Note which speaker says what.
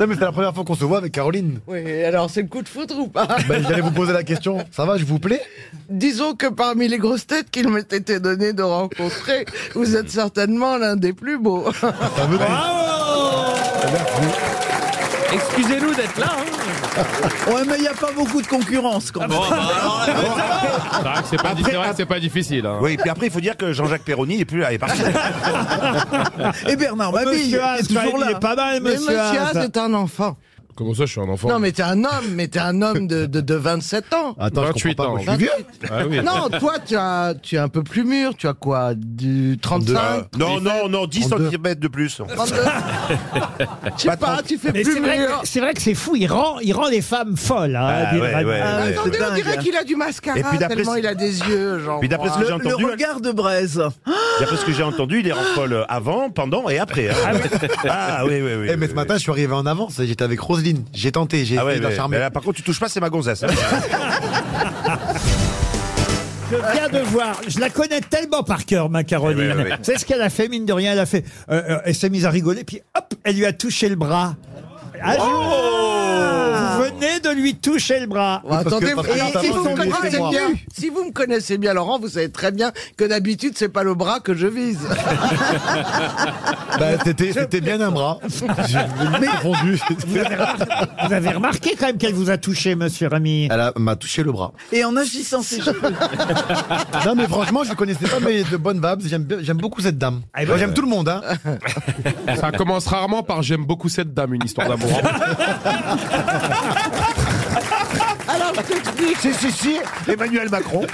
Speaker 1: Non, mais c'est la première fois qu'on se voit avec Caroline.
Speaker 2: Oui, alors c'est le coup de foudre ou pas
Speaker 1: Ben, j'allais vous poser la question. Ça va, je vous plais
Speaker 2: Disons que parmi les grosses têtes qu'il m'ait été donné de rencontrer, vous êtes certainement l'un des plus beaux.
Speaker 1: Ça veut dire. Eh ben,
Speaker 3: Bravo Excusez-nous d'être là.
Speaker 4: hein.
Speaker 5: Ouais, mais il n'y a pas beaucoup de concurrence quand même.
Speaker 6: C'est vrai que c'est pas, c'est vrai que c'est pas difficile. hein.
Speaker 7: Oui, puis après, il faut dire que Jean-Jacques Perroni n'est plus là, il est parti. Euh,
Speaker 5: Et Bernard Mabille il
Speaker 3: Monsieur Haas,
Speaker 5: est toujours là.
Speaker 3: il est pas mal,
Speaker 2: Mais
Speaker 3: monsieur,
Speaker 2: monsieur Haas
Speaker 3: Haas.
Speaker 2: est un enfant.
Speaker 6: Comment ça, je suis un enfant
Speaker 2: Non, mais t'es un homme, mais t'es un homme de, de, de 27 ans.
Speaker 6: Ah.
Speaker 1: Attends, je
Speaker 6: 28
Speaker 1: comprends pas. moi,
Speaker 6: ans.
Speaker 1: je suis vieux.
Speaker 6: Ah oui.
Speaker 2: Non, toi, tu, as, tu es un peu plus mûr. Tu as quoi Du 35
Speaker 7: Non, non, non, 10
Speaker 1: 32.
Speaker 7: cm de plus.
Speaker 2: 32 Je sais pas, tu fais
Speaker 4: Mais
Speaker 2: plus
Speaker 4: c'est vrai,
Speaker 2: mûr.
Speaker 4: que- c'est vrai que c'est fou, il rend, il rend les femmes folles. hein,
Speaker 3: Bah,
Speaker 7: Ah,
Speaker 4: Adil
Speaker 7: ouais,
Speaker 4: Rami.
Speaker 7: ouais, ouais.
Speaker 2: Attendez, on
Speaker 5: dingue,
Speaker 2: dirait
Speaker 5: hein.
Speaker 2: qu'il a du mascara
Speaker 7: Et puis d'après
Speaker 2: tellement
Speaker 7: ce-
Speaker 2: il a des yeux, genre.
Speaker 7: Puis d'après ce que j'ai
Speaker 5: Le, le
Speaker 7: entendu,
Speaker 5: regard de braise.
Speaker 7: d'après ce que j'ai entendu, il est en folle euh, avant, pendant et après. hein. Ah oui, oui, oui.
Speaker 1: Eh, mais ce matin, je suis arrivé en avance. J'étais avec Roselyne. J'ai tenté, j'ai
Speaker 7: Ah
Speaker 1: essayé
Speaker 7: ouais,
Speaker 1: de la
Speaker 7: mais,
Speaker 1: charmer.
Speaker 7: mais là, par contre, tu touches pas, c'est ma gonzesse. hein.
Speaker 4: Je viens de voir, je la connais tellement par cœur, ma Caroline.
Speaker 7: Eh oui, oui, oui.
Speaker 4: C'est ce qu'elle a fait, mine de rien, elle a fait. euh, euh, elle s'est mise à rigoler, puis hop, elle lui a touché le bras. Ah, je-
Speaker 3: Oh
Speaker 4: Vous venez de lui toucher le bras.
Speaker 2: Bon, attendez,
Speaker 1: parce
Speaker 2: et-
Speaker 1: que
Speaker 2: et
Speaker 1: notamment,
Speaker 2: si, vous
Speaker 1: c'est
Speaker 2: me
Speaker 1: lui,
Speaker 2: connaissez
Speaker 1: c'est moi.
Speaker 2: bien, si vous me connaissez bien, Laurent, vous savez très bien que d'habitude, c'est pas le bras que je vise.
Speaker 1: Bah, c'était, c'était bien un bras. J'ai confondu.
Speaker 4: Vous avez remarqué quand même qu'elle vous a touché, monsieur Rami.
Speaker 1: Elle a- m'a touché le bras.
Speaker 5: Et en agissant, c'est
Speaker 1: Non, mais franchement, je ne connaissais pas, mais de bonnes vibes. J'aime, bien- j'aime beaucoup cette dame.
Speaker 4: Ah, et
Speaker 1: Moi,
Speaker 4: ben,
Speaker 1: j'aime tout le monde, hein.
Speaker 6: Ça commence rarement par j'aime beaucoup cette dame, une histoire d'amour.
Speaker 2: Alors, je t'explique.
Speaker 1: Si, si, si.
Speaker 7: Emmanuel Macron.